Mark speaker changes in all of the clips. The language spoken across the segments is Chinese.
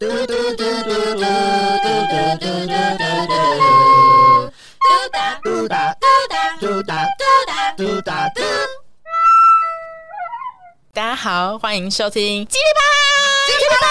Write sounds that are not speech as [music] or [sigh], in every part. Speaker 1: 嘟嘟嘟嘟嘟嘟嘟嘟嘟嘟嘟，嘟哒
Speaker 2: 嘟哒
Speaker 1: 嘟哒嘟
Speaker 2: 嘟哒
Speaker 1: 哒嘟
Speaker 2: 嘟哒嘟。
Speaker 3: 大家好，欢迎收听《叽里吧叽里吧》。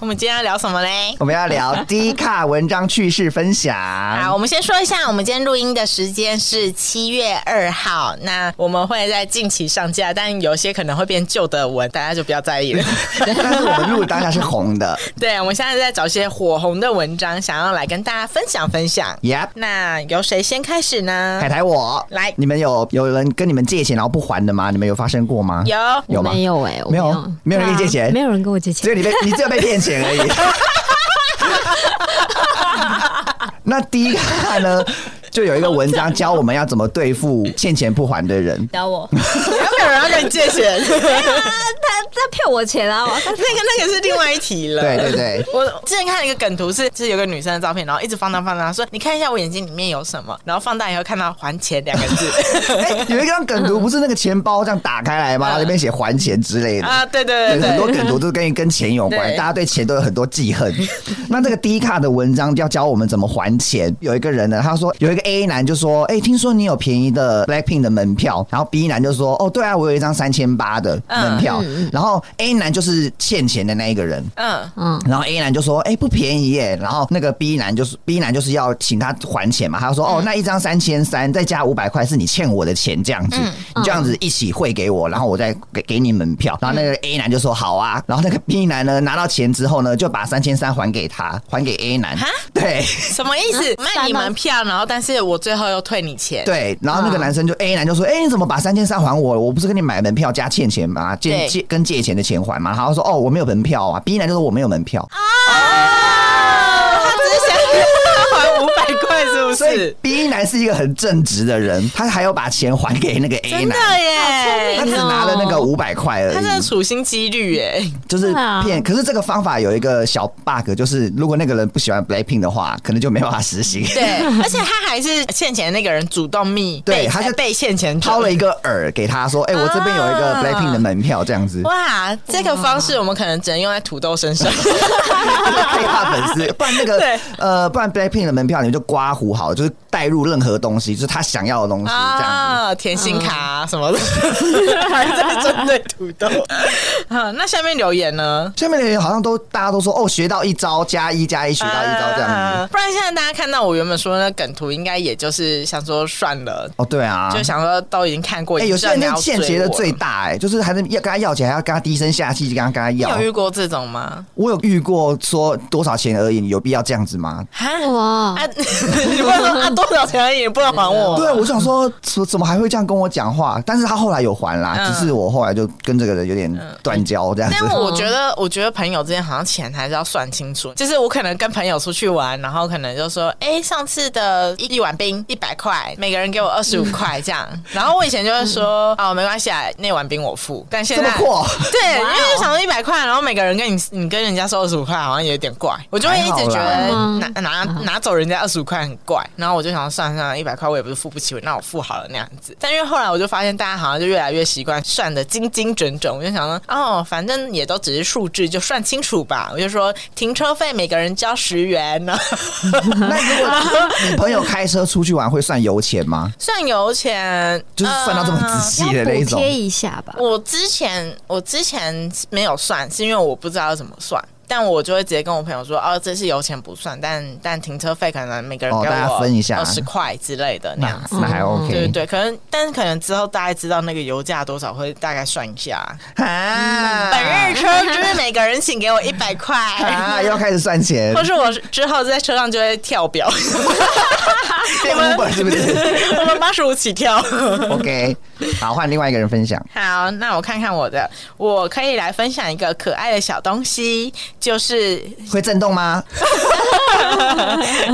Speaker 3: 我们今天要聊什么嘞？
Speaker 2: 我们要聊低卡文章趣事分享。
Speaker 3: 好，我们先说一下，我们今天录音的时间是七月二号。那我们会在近期上架，但有些可能会变旧的文，大家就不要在 [laughs] 意了。
Speaker 2: 但是我们录当下是红的
Speaker 3: 对，我们现在在找一些火红的文章，想要来跟大家分享分享。
Speaker 2: ，Yep。
Speaker 3: 那由谁先开始呢
Speaker 2: 海？苔我
Speaker 3: 嗯来
Speaker 2: 你们有有人跟你们借钱然后不还的吗？你们有发生过吗？
Speaker 3: [laughs] 有，
Speaker 2: 有吗？
Speaker 4: 没有哎、我
Speaker 2: 没有哎
Speaker 4: 有，
Speaker 2: 没有人跟你借钱
Speaker 4: 对啊没有人跟我借
Speaker 2: 只
Speaker 4: 钱。
Speaker 2: 有你被你只有被骗钱而已。那低卡呢，就有一个文章教我们要怎么对付欠钱不还的人。
Speaker 4: 找我，
Speaker 3: 有没有人要跟你借钱？
Speaker 4: [laughs]
Speaker 3: [laughs]
Speaker 4: 他他骗我钱啊！我 [laughs]
Speaker 3: 那个那个是另外一题了。
Speaker 2: 对对对，
Speaker 3: 我之前看了一个梗图是，是有个女生的照片，然后一直放大放大，说你看一下我眼睛里面有什么，然后放大以后看到“还钱”两个字
Speaker 2: [laughs] 哎、有一张梗图不是那个钱包这样打开来吗？那边写还钱之类的。
Speaker 3: 啊，对对
Speaker 2: 对，很
Speaker 3: 对
Speaker 2: 多
Speaker 3: 对，
Speaker 2: 梗图都跟跟钱有关，
Speaker 3: 对
Speaker 2: 大家对钱都有很多记
Speaker 3: [laughs]
Speaker 2: 恨。那这个低卡的文章要教我们怎么还钱。有一个人呢，他说有一个 A 男就说：“哎、听说你有便宜的 Blackpink 的门票。”然后 B 男就说：“哦，对啊，我有一张三千八的
Speaker 3: 嗯
Speaker 2: 门票。然后 A 男就是欠钱的那一个人。
Speaker 3: 嗯，
Speaker 4: 嗯，
Speaker 2: 然后 A 男就说：“哎、不便宜耶。”然后那个 B 男就是 B 男就是要请他还钱嘛，他说：“
Speaker 3: 嗯
Speaker 2: 哦，那一张三千三，再加五百块是你欠我的钱，这样子，
Speaker 3: 嗯
Speaker 2: 你这样子一起汇给我，然后我再给给你门票。”然后那
Speaker 3: 嗯
Speaker 2: 个 A 男就说：“好啊。”然后那个 B 男呢拿到钱之后呢，就把三千三还给他，还给 A 男
Speaker 3: 哈。
Speaker 2: 对
Speaker 3: 什么
Speaker 2: [laughs]
Speaker 3: 意思？
Speaker 4: 啊
Speaker 3: 卖你
Speaker 4: 三吗
Speaker 3: 门票，然后但是我最后又退你钱，
Speaker 2: 对，然后那个
Speaker 3: 啊
Speaker 4: 嗯
Speaker 2: 男生就 A 男就说：“哎、你怎么把三千三还我？我不是跟你买门票加欠钱吗？借
Speaker 3: 对
Speaker 2: 借跟借钱的钱还嘛。”然后他说：“哦，我没有门票啊。”B 男就说：“我没有门票。”
Speaker 3: 哦他只是想要还五百块，是不
Speaker 2: 所以
Speaker 3: 是？
Speaker 2: B 男是一个很正直的人，他还要把钱还给那个 A
Speaker 3: 真的
Speaker 2: 男。他
Speaker 3: 耶，
Speaker 2: 只拿了那个五百块而
Speaker 3: 他真的
Speaker 2: 已，
Speaker 3: 处心积虑耶，
Speaker 2: 就是
Speaker 4: 对啊
Speaker 2: 骗。可是这个方法有一个小 bug，就是如果那个人不喜欢 Blackpink 的话，可能就没办法实行。
Speaker 3: 对，而且他还是欠钱的那个人主动密，
Speaker 2: 对
Speaker 3: 被
Speaker 2: 他是
Speaker 3: 被欠钱者
Speaker 2: 掏了一个饵给他说：“哎，我这边有一个
Speaker 3: 啊
Speaker 2: Blackpink 的门票，这样子。”
Speaker 3: 哇，这个方式我们可能只能用在土豆身上。
Speaker 2: 害怕粉
Speaker 3: [laughs]
Speaker 2: 丝，不然那个
Speaker 3: 对
Speaker 2: 呃，不然 Blackpink 的门票你们就刮胡好，就是带入任何东西，就是他想要的东西这样子。
Speaker 3: 啊，甜心卡、啊、什 [laughs] 么的，还在针对土豆。好，那下面留言呢？
Speaker 2: 下面的人好像都大家都说哦，学到一招加一加一，学到一招这样子。
Speaker 3: 啊不然现在大家看到我原本说的那梗图，应该也就是想说算了，
Speaker 2: 哦，对啊，
Speaker 3: 就想说都已经看过
Speaker 2: 哎、
Speaker 3: 一
Speaker 2: 有些
Speaker 3: 阵，
Speaker 2: 人
Speaker 3: 然
Speaker 2: 就
Speaker 3: 后
Speaker 2: 欠
Speaker 3: 追
Speaker 2: 劫的
Speaker 3: 我
Speaker 2: 最大、哎，就是还是要跟他要钱，还要跟他低声下气，就跟他跟他
Speaker 3: 你有
Speaker 2: 要。
Speaker 3: 遇过这种吗？
Speaker 2: 我有遇过说多少钱而已，你有必要这样子吗？
Speaker 3: 哈
Speaker 4: 哇
Speaker 3: 啊！你不能说啊，多少钱而已，不能还我。
Speaker 2: 对，我想说，怎怎么还会这样跟我讲话？但是他后来有还啦，
Speaker 3: 嗯
Speaker 2: 只是我后来就跟这个人有点断交这样子。
Speaker 3: 但我觉得，我觉得朋友之间好像钱还是要算清楚。就是我可能跟朋友出去玩，然后可能就说，哎、上次的一碗冰一百块，每个人给我二十五块这样。然后我以前就会说，哦，没关系啊，那碗冰我付。但现
Speaker 2: 这
Speaker 3: 在
Speaker 2: 么阔，
Speaker 3: [laughs] 对，因
Speaker 4: 哇哦
Speaker 3: 为就想说一百块，然后每个人跟你，你跟人家收二十五块，好像有点怪。我就会一直觉
Speaker 2: 还
Speaker 3: 得
Speaker 4: 好啦
Speaker 3: 拿拿
Speaker 2: 嗯
Speaker 3: 拿走人家二十五块很怪。然后我就想算了算了，一百块我也不是付不起，那我付好了那样子。但因为后来我就发现，大家好像就越来越习惯算的精精准准。我就想说，哦，反正也都只是数字，就算清楚吧。我就说停车费每个人交十元呢，
Speaker 2: 那如果你朋友开车出去玩会算油钱吗？
Speaker 3: 算油钱
Speaker 2: 就是算到这么
Speaker 3: 呃
Speaker 2: 仔细的
Speaker 4: 要
Speaker 2: 那一
Speaker 4: 补
Speaker 2: 种。
Speaker 4: 贴一下吧。
Speaker 3: 我之前我之前没有算，是因为我不知道要怎么算，但我就会直接跟我朋友说，哦，这是油钱不算，但但停车费可能每个人
Speaker 2: 哦
Speaker 3: 给
Speaker 2: 大家
Speaker 3: 我
Speaker 2: 分一下
Speaker 3: 二十块之类的那样
Speaker 2: 那
Speaker 3: 子。
Speaker 2: 那还
Speaker 4: 嗯
Speaker 2: OK，
Speaker 3: 对对对，可能但是可能之后大概知道那个油价多少，会大概算一下。
Speaker 2: 啊，
Speaker 3: 本日车就是每个人请给我一百块，
Speaker 2: 啊，又要开始算钱
Speaker 3: 或，是我之后在车上就会跳表，
Speaker 2: 变
Speaker 3: 我们
Speaker 2: Uber 是不是
Speaker 3: 我们八十五起
Speaker 2: [laughs]
Speaker 3: 跳。
Speaker 2: ？OK，好，换另外一个人分享。
Speaker 3: 好，那我看看我的，我可以来分享一个可爱的小东西，就是
Speaker 2: 会震动吗？
Speaker 3: [laughs]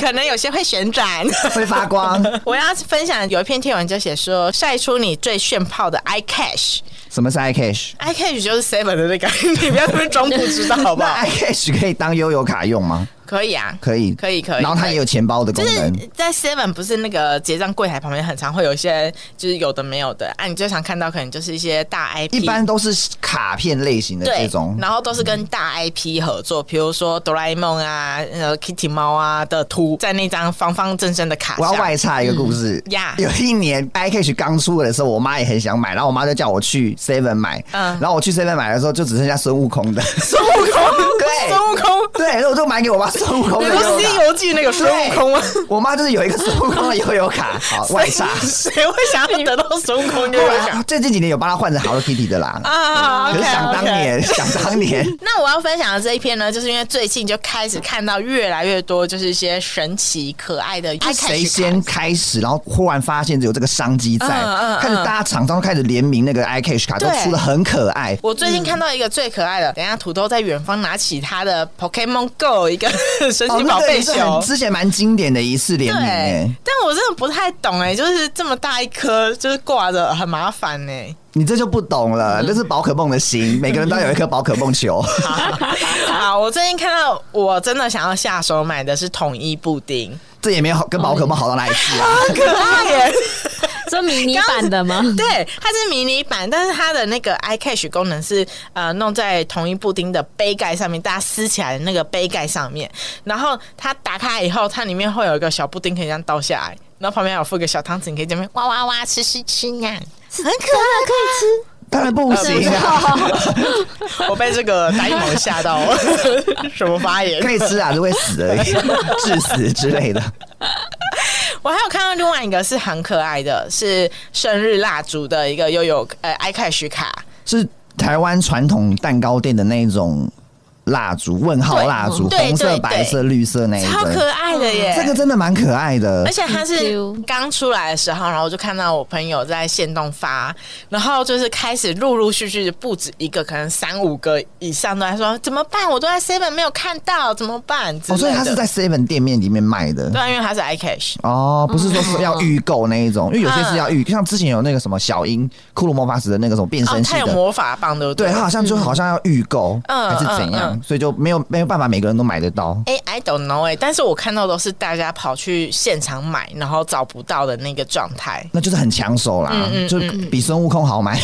Speaker 3: 可能有些会旋 [laughs] 转。
Speaker 2: 会发
Speaker 3: [laughs]
Speaker 2: 光？
Speaker 3: 我要分享有一篇贴文就写说，晒出你最炫炮的 i cash，
Speaker 2: 什么是 iCash？
Speaker 3: i cash 就是 seven 的那个， [laughs] 你不要在那边装不知道好不好 [laughs]
Speaker 2: 那？iCash 可以当悠游卡用吗？
Speaker 3: 可以啊，
Speaker 2: 可以，
Speaker 3: 可以可以
Speaker 2: 然后它也有钱包的功
Speaker 3: 就
Speaker 2: 能。
Speaker 3: 是在 Seven 不是那个结账柜台旁边，很常会有一些就是有的没有的啊，你最常看到可能就是一些大 IP，
Speaker 2: 一般都是卡片类型的
Speaker 3: 对
Speaker 2: 这种，
Speaker 3: 然后都是跟大 IP 合作，比如说哆啦 A 梦啊、呃 Kitty 猫啊的图，在那张方方正正的卡
Speaker 2: 我要
Speaker 3: 上。
Speaker 2: 外插一个故事
Speaker 3: 嗯呀
Speaker 2: 有一年 iCash 刚出的时候，我妈也很想买，然后我妈就叫我去 Seven 买，
Speaker 3: 嗯
Speaker 2: 然后我去 Seven 买的时候就只剩下孙悟空
Speaker 3: [laughs]
Speaker 2: 的，
Speaker 3: 孙悟空，
Speaker 2: [laughs] 对
Speaker 3: 孙悟空，
Speaker 2: 对，然后我就买给我妈孙悟空
Speaker 3: 你
Speaker 2: 的
Speaker 3: 说
Speaker 2: 悠
Speaker 3: 《
Speaker 2: 游
Speaker 3: 西
Speaker 2: 卡。
Speaker 3: 游记》那个孙悟空 [laughs] 吗？
Speaker 2: 我妈就是有一个孙悟空的悠游卡，好外插。
Speaker 3: [laughs] 谁谁会想要得到孙悟空？就
Speaker 2: 后
Speaker 3: 是
Speaker 2: 来最近几年有帮她换成 Hello Kitty 的 [laughs] 啦，
Speaker 3: 啊，
Speaker 2: 可是
Speaker 3: OK，
Speaker 2: 想当
Speaker 3: OK
Speaker 2: 年，想当年，
Speaker 3: [laughs] 那我要分享的这一篇呢，就是因为最近就开始看到越来越多，就是一些神奇可爱的 iCash
Speaker 2: 谁先开始，然后忽然发现有这个商机在
Speaker 3: 嗯嗯，嗯
Speaker 2: 开始大家厂商都开始联名那个 iCash 卡，都
Speaker 3: 对
Speaker 2: 出的很可爱。
Speaker 3: 我最近看到一个最可爱的，等一下土豆在远方拿起他的 Pokemon Go 一个
Speaker 2: [laughs]
Speaker 3: 神
Speaker 2: 哦，
Speaker 3: 奇
Speaker 2: 那
Speaker 3: 宝
Speaker 2: 个
Speaker 3: 贝
Speaker 2: 也是
Speaker 3: 熊。
Speaker 2: 很之前蛮经典的一次联名
Speaker 3: 对
Speaker 2: 诶，，
Speaker 3: 但我真的不太懂哎、就是这么大一颗，就是挂着很麻烦哎呢、
Speaker 2: 你这就不懂
Speaker 3: 嗯
Speaker 2: 了，这是宝可梦的
Speaker 3: [laughs]
Speaker 2: 心，每个人都要有一颗宝可梦球。
Speaker 3: 好，我最近看到我真的想要下手买的是统一布丁，
Speaker 2: 这也没有好跟宝可梦好到哪里去啊！
Speaker 3: [laughs] 很可爱耶、
Speaker 4: 这迷你版的吗？
Speaker 3: [laughs] 对，它是迷你版，但是它的那个 iCash 功能是呃弄在同一布丁的杯盖上面，大家撕起来的那个杯盖上面。然后它打开以后，它里面会有一个小布丁可以这样倒下来，然后旁边还有附一个小汤匙，你可以这边哇哇哇吃吃啊吃呀。
Speaker 4: [laughs] 很可爱，可以吃。
Speaker 2: 当然不行啊，
Speaker 3: 我被这个呆萌吓 [laughs] 到，什么发言？
Speaker 2: 可以吃啊，就会死
Speaker 3: [laughs]
Speaker 2: 而已，致死之类的。
Speaker 3: 我还有看到另外一个是很可爱的，是生日蜡烛的一个又有呃 iCash 卡。
Speaker 2: 是台湾传统蛋糕店的那种蜡烛，问号蜡烛，
Speaker 3: 对
Speaker 2: 红色、
Speaker 3: 对
Speaker 2: 白色、绿色那一
Speaker 3: 超
Speaker 2: 个，
Speaker 3: 可爱的耶！
Speaker 2: 哎这个真的蛮可爱的
Speaker 3: 而。且它是
Speaker 4: Thank
Speaker 3: 刚出来的时候，然后我就看到我朋友在线动发，然后就是开始陆陆续续不止一个，可能三五个以上都在说怎么办？我都在 Seven 没有看到，怎么办？之
Speaker 2: 哦，
Speaker 3: 类的
Speaker 2: 所以它是在 Seven 店面里面卖的。
Speaker 3: 对啊，因为它是 iCash。
Speaker 2: 哦，不是说是要预购那一种，因为
Speaker 3: 嗯
Speaker 2: 有些是要预，像之前有那个什么小樱骷髅魔法使的那个什么变
Speaker 3: 哦
Speaker 2: 身，系
Speaker 3: 它有
Speaker 2: 的，
Speaker 3: 魔法棒，对不
Speaker 2: 对他好像就好像要预购
Speaker 3: 嗯
Speaker 2: 还是怎
Speaker 3: 嗯嗯
Speaker 2: 样，所以就没有没有办法每个人都买得到。
Speaker 3: 哎、i don't know 哎、但是我看到都是大家跑去现场买，然后找不到的那个状态。
Speaker 2: 那就是很抢手啦，
Speaker 3: 嗯嗯
Speaker 2: 就比孙悟空好买。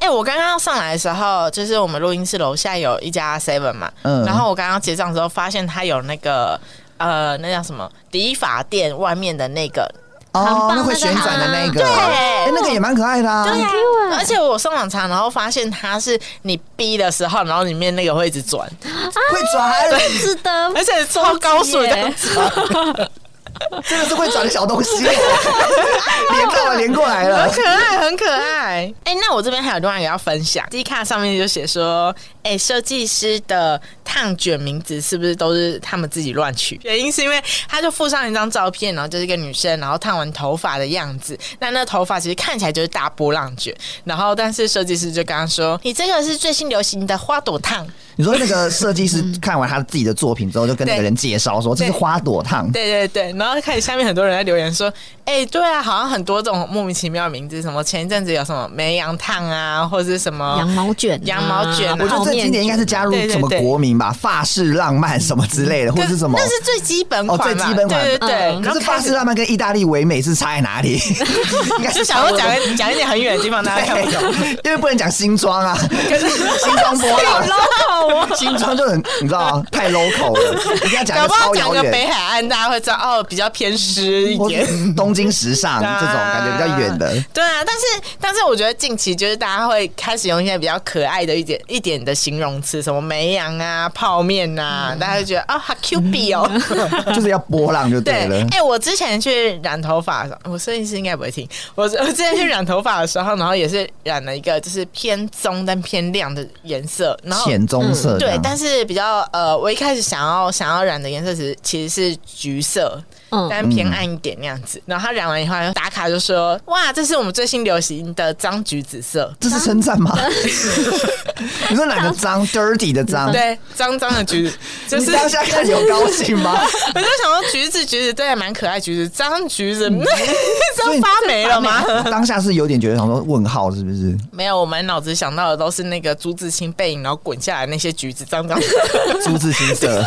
Speaker 3: 哎、我刚刚上来的时候，就是我们录音室楼下有一家 Seven 嘛，
Speaker 2: 嗯
Speaker 3: 然后我刚刚结账的时候发现它有那个呃，那叫什么理发店外面的那个，
Speaker 2: 哦，
Speaker 4: 棒
Speaker 2: 那会旋转的那个，
Speaker 3: 那个啊
Speaker 2: 哎
Speaker 3: 对
Speaker 2: 那个也蛮可爱的啊。
Speaker 3: 呀、
Speaker 4: cute
Speaker 3: 而且我上网查，然后发现它是你逼的时候，然后里面那个会一直转，
Speaker 2: 会转，
Speaker 4: 值得
Speaker 2: 哎
Speaker 3: 而且超高速
Speaker 4: 耶
Speaker 3: 的，
Speaker 2: 真的是会转的小东
Speaker 3: [laughs]
Speaker 2: 西，连过来连过来了
Speaker 3: 很。可爱，很可爱。 [laughs] 哎、那我这边还有另外一个要分享，D 卡上面就写说，哎、设计师的烫卷名字是不是都是他们自己乱取？原因是因为他就附上一张照片，然后就是一个女生，然后烫完头发的样子，那那头发其实看起来就是大波浪卷，然后但是设计师就跟他说，你这个是最新流行的花朵烫。
Speaker 2: 你说那个设计师看完他自己的作品之后，就跟那个人介绍说这是花朵烫，
Speaker 3: 对对对，然后开始下面很多人在留言说，哎、对啊，好像很多这种莫名其妙的名字，什么前一阵子有什么梅羊烫啊，或者是什么
Speaker 4: 羊毛卷啊，
Speaker 3: 羊毛卷啊
Speaker 2: 我觉得
Speaker 4: 泡
Speaker 2: 这
Speaker 4: 面
Speaker 2: 今年应该是加入
Speaker 3: 对对
Speaker 2: 什么
Speaker 3: 对
Speaker 2: 国民吧，法式浪漫什么之类的，或者是什么
Speaker 3: 那。是最基本款
Speaker 2: 哦
Speaker 3: 嘛，
Speaker 2: 最基本款
Speaker 3: 对对对。然
Speaker 4: 嗯
Speaker 2: 可
Speaker 3: 后
Speaker 2: 是
Speaker 3: 开
Speaker 2: 法
Speaker 3: 始
Speaker 2: 式浪漫跟意大利唯美是差在哪里？应该
Speaker 3: [laughs] 就是想要讲一讲一点很远的地方，大家看不懂。
Speaker 2: 对，因为不能讲新装啊，新装波浪，新装就很你知道吗太 local 了，一定要讲
Speaker 3: 啊搞
Speaker 2: 一
Speaker 3: 不
Speaker 2: 个
Speaker 3: 好
Speaker 2: 超
Speaker 3: 讲
Speaker 2: 遥
Speaker 3: 个
Speaker 2: 远。
Speaker 3: 北海岸，大家会知道哦，比较偏湿一
Speaker 2: 或
Speaker 3: 点。
Speaker 2: 是东京时尚这种
Speaker 3: 啊
Speaker 2: 感觉比较远的。
Speaker 3: 对啊，但是但是我觉得近期就是大家会开始用一些比较可爱的一点一点的形容词，什么梅羊啊、泡面啊，
Speaker 2: 嗯
Speaker 3: 大家会觉得哦，好 Q B 哦。
Speaker 2: [laughs] 就是要波浪就对
Speaker 3: 对
Speaker 2: 了，。
Speaker 3: 哎、我之前去染头发的时候，我设计师应该不会听。我 [laughs] 我之前去染头发的时候，然后也是染了一个就是偏棕但偏亮的颜色，然后嗯
Speaker 2: 浅棕色这
Speaker 3: 对
Speaker 2: 样，，
Speaker 3: 但是比较呃，我一开始想要想要染的颜色其实其实是橘色，
Speaker 4: 嗯
Speaker 3: 但偏暗一点那样子。然后他染完以后，他就打卡就说：“哇，这是我们最新流行的脏橘紫色。”
Speaker 2: 这是称赞吗？你说哪个脏？dirty 的脏？ [laughs]
Speaker 3: 对，脏脏的橘子，就
Speaker 2: 嗯你
Speaker 3: 是
Speaker 2: 当下看有高兴吗？
Speaker 3: [laughs] 我就想说橘子，橘子对，蛮可爱。橘子脏橘子， [laughs] 这
Speaker 2: 嗯所以
Speaker 3: 样发霉了吗？
Speaker 2: 当下是有点觉得想说问号是不是？
Speaker 3: 没有，我满脑子想到的都是那个朱自清背影，然后滚下来那些橘子，脏脏的，
Speaker 2: 朱自清色，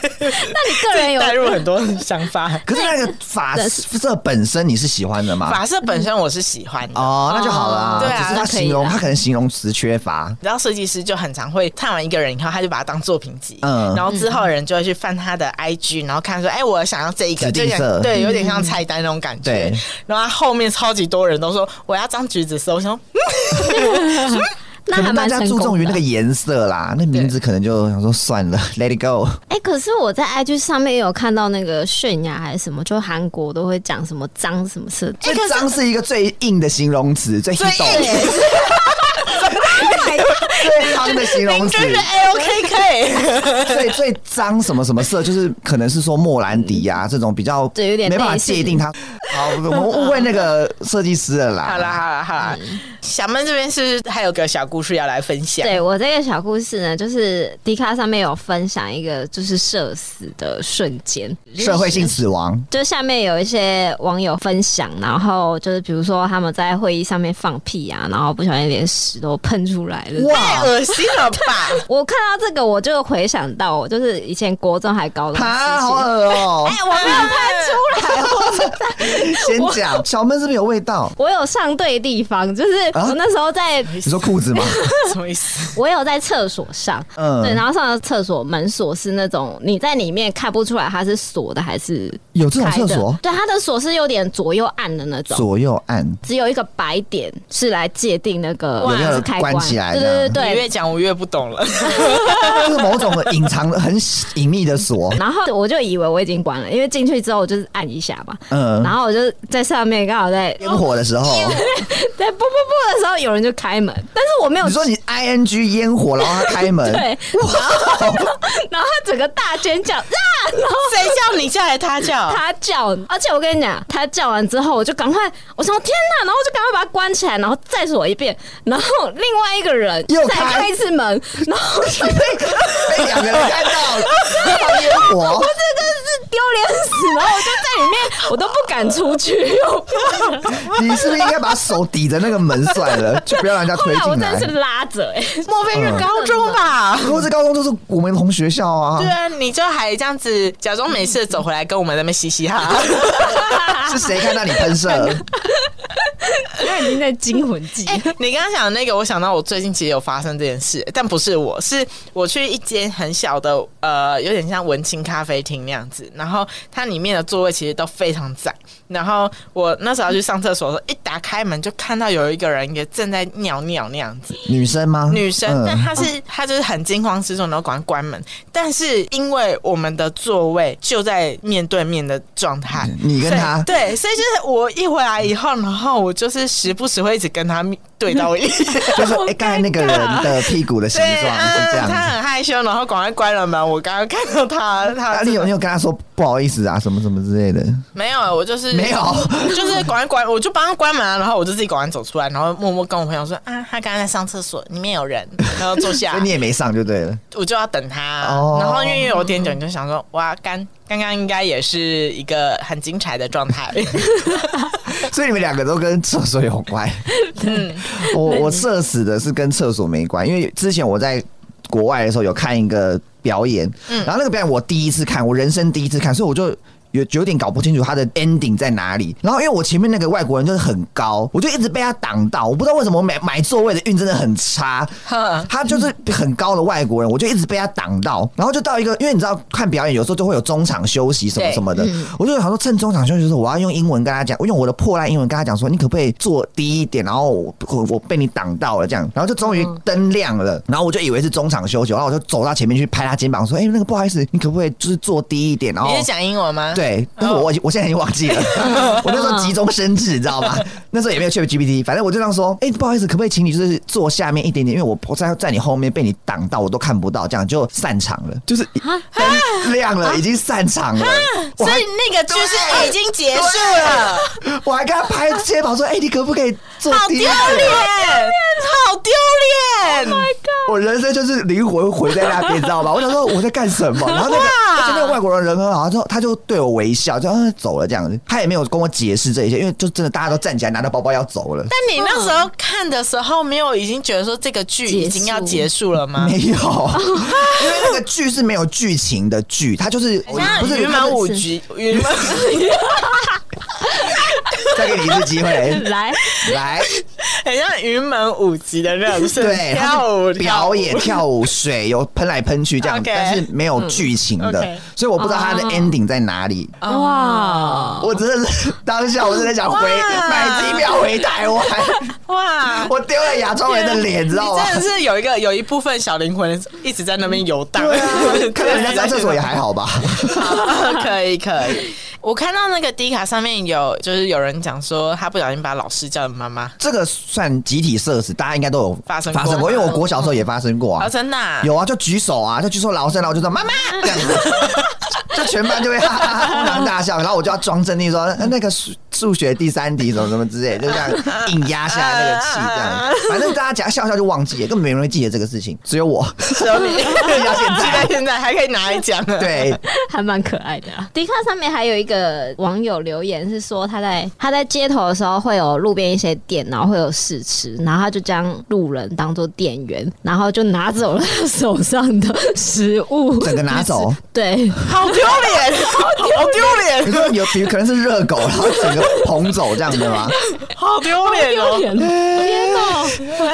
Speaker 4: 你个人有
Speaker 3: 带入很多想法。
Speaker 2: 可是那个发色本身你是喜欢的吗？
Speaker 3: 法式本身我是喜欢的。
Speaker 2: 哦，那就好了、啊
Speaker 4: 哦
Speaker 3: 对啊
Speaker 2: 只是他
Speaker 4: 那可以
Speaker 2: 形容
Speaker 4: 啦
Speaker 2: 他可能形容词缺乏。
Speaker 3: 然后设计师就很常会看完一个人以后，他就把他当作品集，
Speaker 2: 嗯
Speaker 3: 然后之后的人就会去翻他的 IG，然后看说，哎，我想要这一个，
Speaker 2: 指定
Speaker 3: 就
Speaker 2: 色
Speaker 3: 像对，有点像菜单那种感觉。
Speaker 2: 对
Speaker 3: 然后他后面超级多人都说我要当橘子色，我想说
Speaker 4: 那
Speaker 2: 可
Speaker 4: 还
Speaker 2: 能大
Speaker 4: 蛮
Speaker 2: 家
Speaker 4: 成
Speaker 2: 注重
Speaker 4: 功
Speaker 2: 于那个
Speaker 4: 的。
Speaker 2: 颜色啦，那名字可能就想说算了，Let it go。
Speaker 4: 哎、可是我在 IG 上面也有看到那个泫雅还是什么，就韩国都会讲什么脏什么色，
Speaker 2: 这脏哎是一个最硬的形容词，最 hit 最脏的形容词，
Speaker 3: 就是 A O K [laughs] K，
Speaker 4: [laughs]
Speaker 2: 最最脏什么什么色，就是可能是说莫兰迪啊这种比较，
Speaker 4: 嗯对有点
Speaker 2: 没办法
Speaker 4: 类似
Speaker 2: 界定它。好，我
Speaker 4: [laughs]
Speaker 2: 们误会那个设计师了啦。
Speaker 3: 好啦好啦好啦，小妹这边是不是还有个小故事要来分享？
Speaker 4: 对我这个小故事呢，就是迪卡上面有分享一个就是社死的瞬间，
Speaker 2: 社会性死
Speaker 4: [laughs]
Speaker 2: 亡，
Speaker 4: 就下面有一些网友分享，然后就是比如说他们在会议上面放屁啊，然后不小心连屎都喷出来了。
Speaker 2: 哇！
Speaker 3: 太恶心了吧！ [laughs]
Speaker 4: 我看到这个，我就回想到我就是以前国中还高中的
Speaker 2: 啊，
Speaker 4: 事
Speaker 2: 好
Speaker 4: 情。
Speaker 2: 恶哦、
Speaker 4: [laughs] 哎、我没有喷出来，哎
Speaker 2: 先讲，小闷是不是有味道？
Speaker 4: 我有上对地方，就是
Speaker 2: 啊
Speaker 4: 我那时候在，
Speaker 2: 你说裤
Speaker 4: [laughs]
Speaker 2: 子吗？
Speaker 3: 什么意思？
Speaker 4: 我有在厕所上，
Speaker 2: 嗯
Speaker 4: 对，然后上的厕所门锁是那种你在里面看不出来它是锁的还是
Speaker 2: 有这种
Speaker 4: 开
Speaker 2: 厕
Speaker 4: 的，
Speaker 2: 所？
Speaker 4: 对，它的锁是有点左右暗的那种，
Speaker 2: 左右按，
Speaker 4: 只有一个白点是来界定那个
Speaker 2: 有没有
Speaker 4: 是开关
Speaker 2: 关起来
Speaker 4: 对
Speaker 2: 这
Speaker 4: 对
Speaker 2: 样
Speaker 4: 对
Speaker 3: 你
Speaker 4: 对。
Speaker 3: 越讲我越不懂了。
Speaker 2: 就是某种隐藏的很隐秘的
Speaker 4: [laughs]
Speaker 2: 锁。
Speaker 4: 然后我就以为我已经关了，因为进去之后我就是按一下嘛，
Speaker 2: 嗯
Speaker 4: 然，后我就在上面刚好在
Speaker 2: 烟火的时候，
Speaker 4: [laughs] 在啵啵啵的时候有人就开门，但是我没有
Speaker 2: 你说你 I N G 烟火，然后他开门，[laughs]
Speaker 4: [laughs] 对，然后 [laughs] 他整个大尖叫啊，然后
Speaker 3: [laughs] 谁叫你叫还 [laughs] 他叫？
Speaker 4: 他叫，而且我跟你讲，他叫完之后我就赶快，我想天哪，然后我就赶快把它关起来，然后再锁一遍，然后另外一个人
Speaker 2: 又
Speaker 4: 再
Speaker 2: 开
Speaker 4: 开一次门，然后我就
Speaker 2: 被两个人看到
Speaker 4: [laughs]
Speaker 2: 了，放烟火，
Speaker 4: 是丢脸死，然后我就在里面，我都不敢出去。
Speaker 2: [laughs]
Speaker 4: 我
Speaker 2: 你是不是应该把手抵着那个门算了，就不要让人家
Speaker 4: [laughs] 后
Speaker 2: 推
Speaker 4: 来我
Speaker 2: 进
Speaker 4: 真的是
Speaker 2: 来？
Speaker 4: 拉着、欸，
Speaker 3: 莫非是高中吧？
Speaker 2: 如果是高中，就是我们同学校啊
Speaker 3: 对，啊，你就还这样子假装没事走回来跟我们在那边嘻嘻哈 [laughs] 哈。
Speaker 2: 是谁看到你喷射？
Speaker 4: 因为已经在惊魂 [laughs] 记。
Speaker 3: 你刚刚讲的那个，我想到我最近其实有发生这件事，但不是我，是我去一间很小的呃，有点像文青咖啡厅那样子，然后它里面的座位其实都非常窄。然后我那时候要去上厕所的时候，一打开门就看到有一个人也正在尿尿那样子，
Speaker 2: 女生吗？
Speaker 3: 女
Speaker 2: 嗯
Speaker 3: 生，但她是她就是很惊慌失措，然后赶快关门。但是因为我们的座位就在面对面的状态，
Speaker 2: 你嗯跟
Speaker 3: 所以
Speaker 2: 她
Speaker 3: 对，所以就是我一回来以后，然后我就是时不时会一直跟她 [laughs] 对到一 [laughs] 起。
Speaker 2: 就是哎，刚才那个人的屁股的形
Speaker 3: 对，
Speaker 2: 状是这
Speaker 3: 嗯，
Speaker 2: 样
Speaker 3: 她
Speaker 2: 子。
Speaker 3: 很害羞，然后赶快关了门。我刚刚看到她， [laughs] 她
Speaker 2: 啊，你有你有跟他说不好意思啊，什么什么之类的，
Speaker 3: 没有，我就是
Speaker 2: 没有，
Speaker 3: 就是赶快关，我就帮她关门啊，然后我就自己赶快走出来，然后默默跟我朋友说啊，她刚刚在上厕所，里面有人，然后坐下
Speaker 2: 所以。你也没上就对了。
Speaker 3: 我就要等他，
Speaker 2: 哦
Speaker 3: 然后因为有点久，你就想说，哇，刚刚刚应该也是一个很精彩的状
Speaker 2: [laughs]
Speaker 3: 态，
Speaker 2: 所以你们两个都跟厕所有关。 [laughs] 我我社死的是跟厕所没关，因为之前我在国外的时候有看一个表演，然后那个表演我第一次看，我人生第一次看，所以我就。有有点搞不清楚它的 ending 在哪里，然后因为我前面那个外国人就是很高，我就一直被他挡到，我不知道为什么我买买座位的运真的很差，
Speaker 3: 哼
Speaker 2: 他就是很高的外国人，我就一直被他挡到，然后就到一个，因为你知道看表演有时候都会有中场休息什么
Speaker 3: 对
Speaker 2: 什么的，我就想说趁中场休息的时候，我要用英文跟他讲，我用我的破烂英文跟他讲说，你可不可以坐低一点，然后我我我被你挡到了这样，然后就终于灯亮了，然后我就以为是中场休息，然后我就走到前面去拍他肩膀说，哎、那个不好意思，你可不可以就是坐低一点，然后
Speaker 3: 你是讲英文吗？，
Speaker 2: 对，但是我已经我现在已经忘记了，我那时候急中生智，你知道吗？那时候也没有 Chat GPT，反正我就这样说，哎、不好意思，可不可以请你就是坐下面一点点，因为我我在在你后面被你挡到，我都看不到，这样就散场了，就是灯亮了，已经散场了，我
Speaker 3: 所
Speaker 2: 还
Speaker 3: 以那个就是
Speaker 2: 对
Speaker 3: 已经结束了，
Speaker 2: 我还跟他拍肩膀说，哎、你可不可以坐
Speaker 3: 好
Speaker 2: 低一
Speaker 3: 丢
Speaker 2: 点？
Speaker 3: 脸，好丢脸！
Speaker 4: Oh My God！
Speaker 2: 我人生就是灵魂毁在那边，你知道吗？我想说我在干什么？然后那个而且那个外国人人很好，他就他就对我微笑，就嗯走了这样子，他也没有跟我解释这一些，因为就真的大家都站起来拿着包包要走了。
Speaker 3: 但你那时候看的时候，没有已经觉得说这个剧已经要结束了吗？
Speaker 2: 没
Speaker 3: [laughs]
Speaker 2: 有，因为那个剧是没有剧情的剧，它就是
Speaker 3: 那
Speaker 2: 不是
Speaker 3: 云
Speaker 2: 它
Speaker 3: 门
Speaker 2: 是
Speaker 3: 舞集，云门 [laughs]
Speaker 2: 再给你一次机会，
Speaker 4: 来，
Speaker 2: 来，
Speaker 3: 很像云门舞集的那种，是
Speaker 2: 对，它
Speaker 3: 跳舞
Speaker 2: 是表演跳
Speaker 3: 跳舞 [laughs]
Speaker 2: 舞水有喷来喷去这样
Speaker 3: OK
Speaker 2: 但是没有剧情
Speaker 3: 嗯
Speaker 2: 的
Speaker 3: ，OK，哦
Speaker 2: 所以我不知道它的
Speaker 4: 哦
Speaker 2: ending 在哪里。
Speaker 4: 哇，
Speaker 2: 我真的
Speaker 3: [laughs]
Speaker 2: 是当下，我真的想回
Speaker 3: 哇
Speaker 2: 买机票回台湾，
Speaker 3: 哇！
Speaker 2: 我丢了亚洲人的脸，知道吗
Speaker 3: 你？真的是有一个有一部分小灵魂一直在那边游荡，
Speaker 2: 对啊，看到人家上厕所也还好吧？
Speaker 3: [laughs] 可以可以。我看到那个 D 卡上面有，就是有人讲说他不小心把老师叫成妈妈，
Speaker 2: 这个算集体社死，大家应该都有
Speaker 3: 发生过
Speaker 2: 发生过，因为我国小时候也发生过
Speaker 3: 啊
Speaker 2: 啊，
Speaker 3: 真的啊
Speaker 2: 有啊，就举手啊，就举手老师，然后我就说妈妈这样子，就全班就会哈哈哈哄堂大笑，然后我就要装镇定说呃那个数数学第三题什么什么之类，就这样硬压下来那个气，这样，反正大家讲笑笑就忘记了，根本没人会记得这个事情，只有我，
Speaker 3: 只有哦
Speaker 2: [laughs]
Speaker 3: 你，
Speaker 2: 到现在
Speaker 3: 到现在还可以拿来讲。，啊
Speaker 2: 对，
Speaker 4: 还蛮可爱的、啊。迪卡上面还有一个网友留言是说，他在他在街头的时候会有路边一些店，然后会有试吃，然后他就将路人当做店员，然后就拿走了他手上的食物，
Speaker 2: 整个拿走。
Speaker 4: [laughs] 对，
Speaker 3: 好丢脸，好丢脸，
Speaker 2: 你说有，比如可能是热狗，然后整个捧走这样子吗？
Speaker 3: 好丢脸
Speaker 4: 丢
Speaker 3: 哦！
Speaker 4: 脸了，天哪，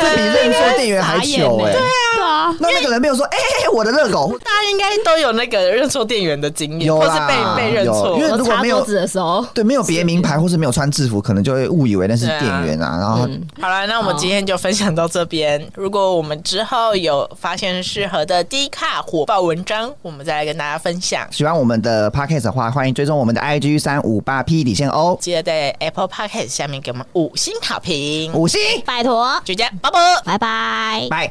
Speaker 2: 这比认错店员还
Speaker 4: 傻眼
Speaker 2: 糗哎、
Speaker 4: 欸对啊。
Speaker 2: 那那个人没有说，哎、哎哎我的热狗
Speaker 3: 大家应该都有那个认错店员的经验，
Speaker 2: 有
Speaker 3: 或是
Speaker 2: 啦
Speaker 3: 被被认错
Speaker 2: 有因。为
Speaker 4: 我
Speaker 2: 如果
Speaker 4: 擦
Speaker 2: 没有
Speaker 4: 桌子的时候，
Speaker 2: 对，没有别名牌或是没有穿制服，可能就会误以为那是
Speaker 3: 对啊
Speaker 2: 店员啊。然后、
Speaker 3: 好了，那我们今天就分享到这
Speaker 2: 嗯
Speaker 3: 边。如果我们之后有发现适合的低卡火爆文章，我们再来跟大家分享。
Speaker 2: 喜欢我们的 podcast 的话，欢迎追踪我们的 IG 三五八 P 底线 O
Speaker 3: 记得在 Apple Podcast 下面给我们五星好评，
Speaker 2: 五星，
Speaker 4: 拜托，
Speaker 3: 就这样，拜拜。
Speaker 4: 拜拜。
Speaker 2: 拜。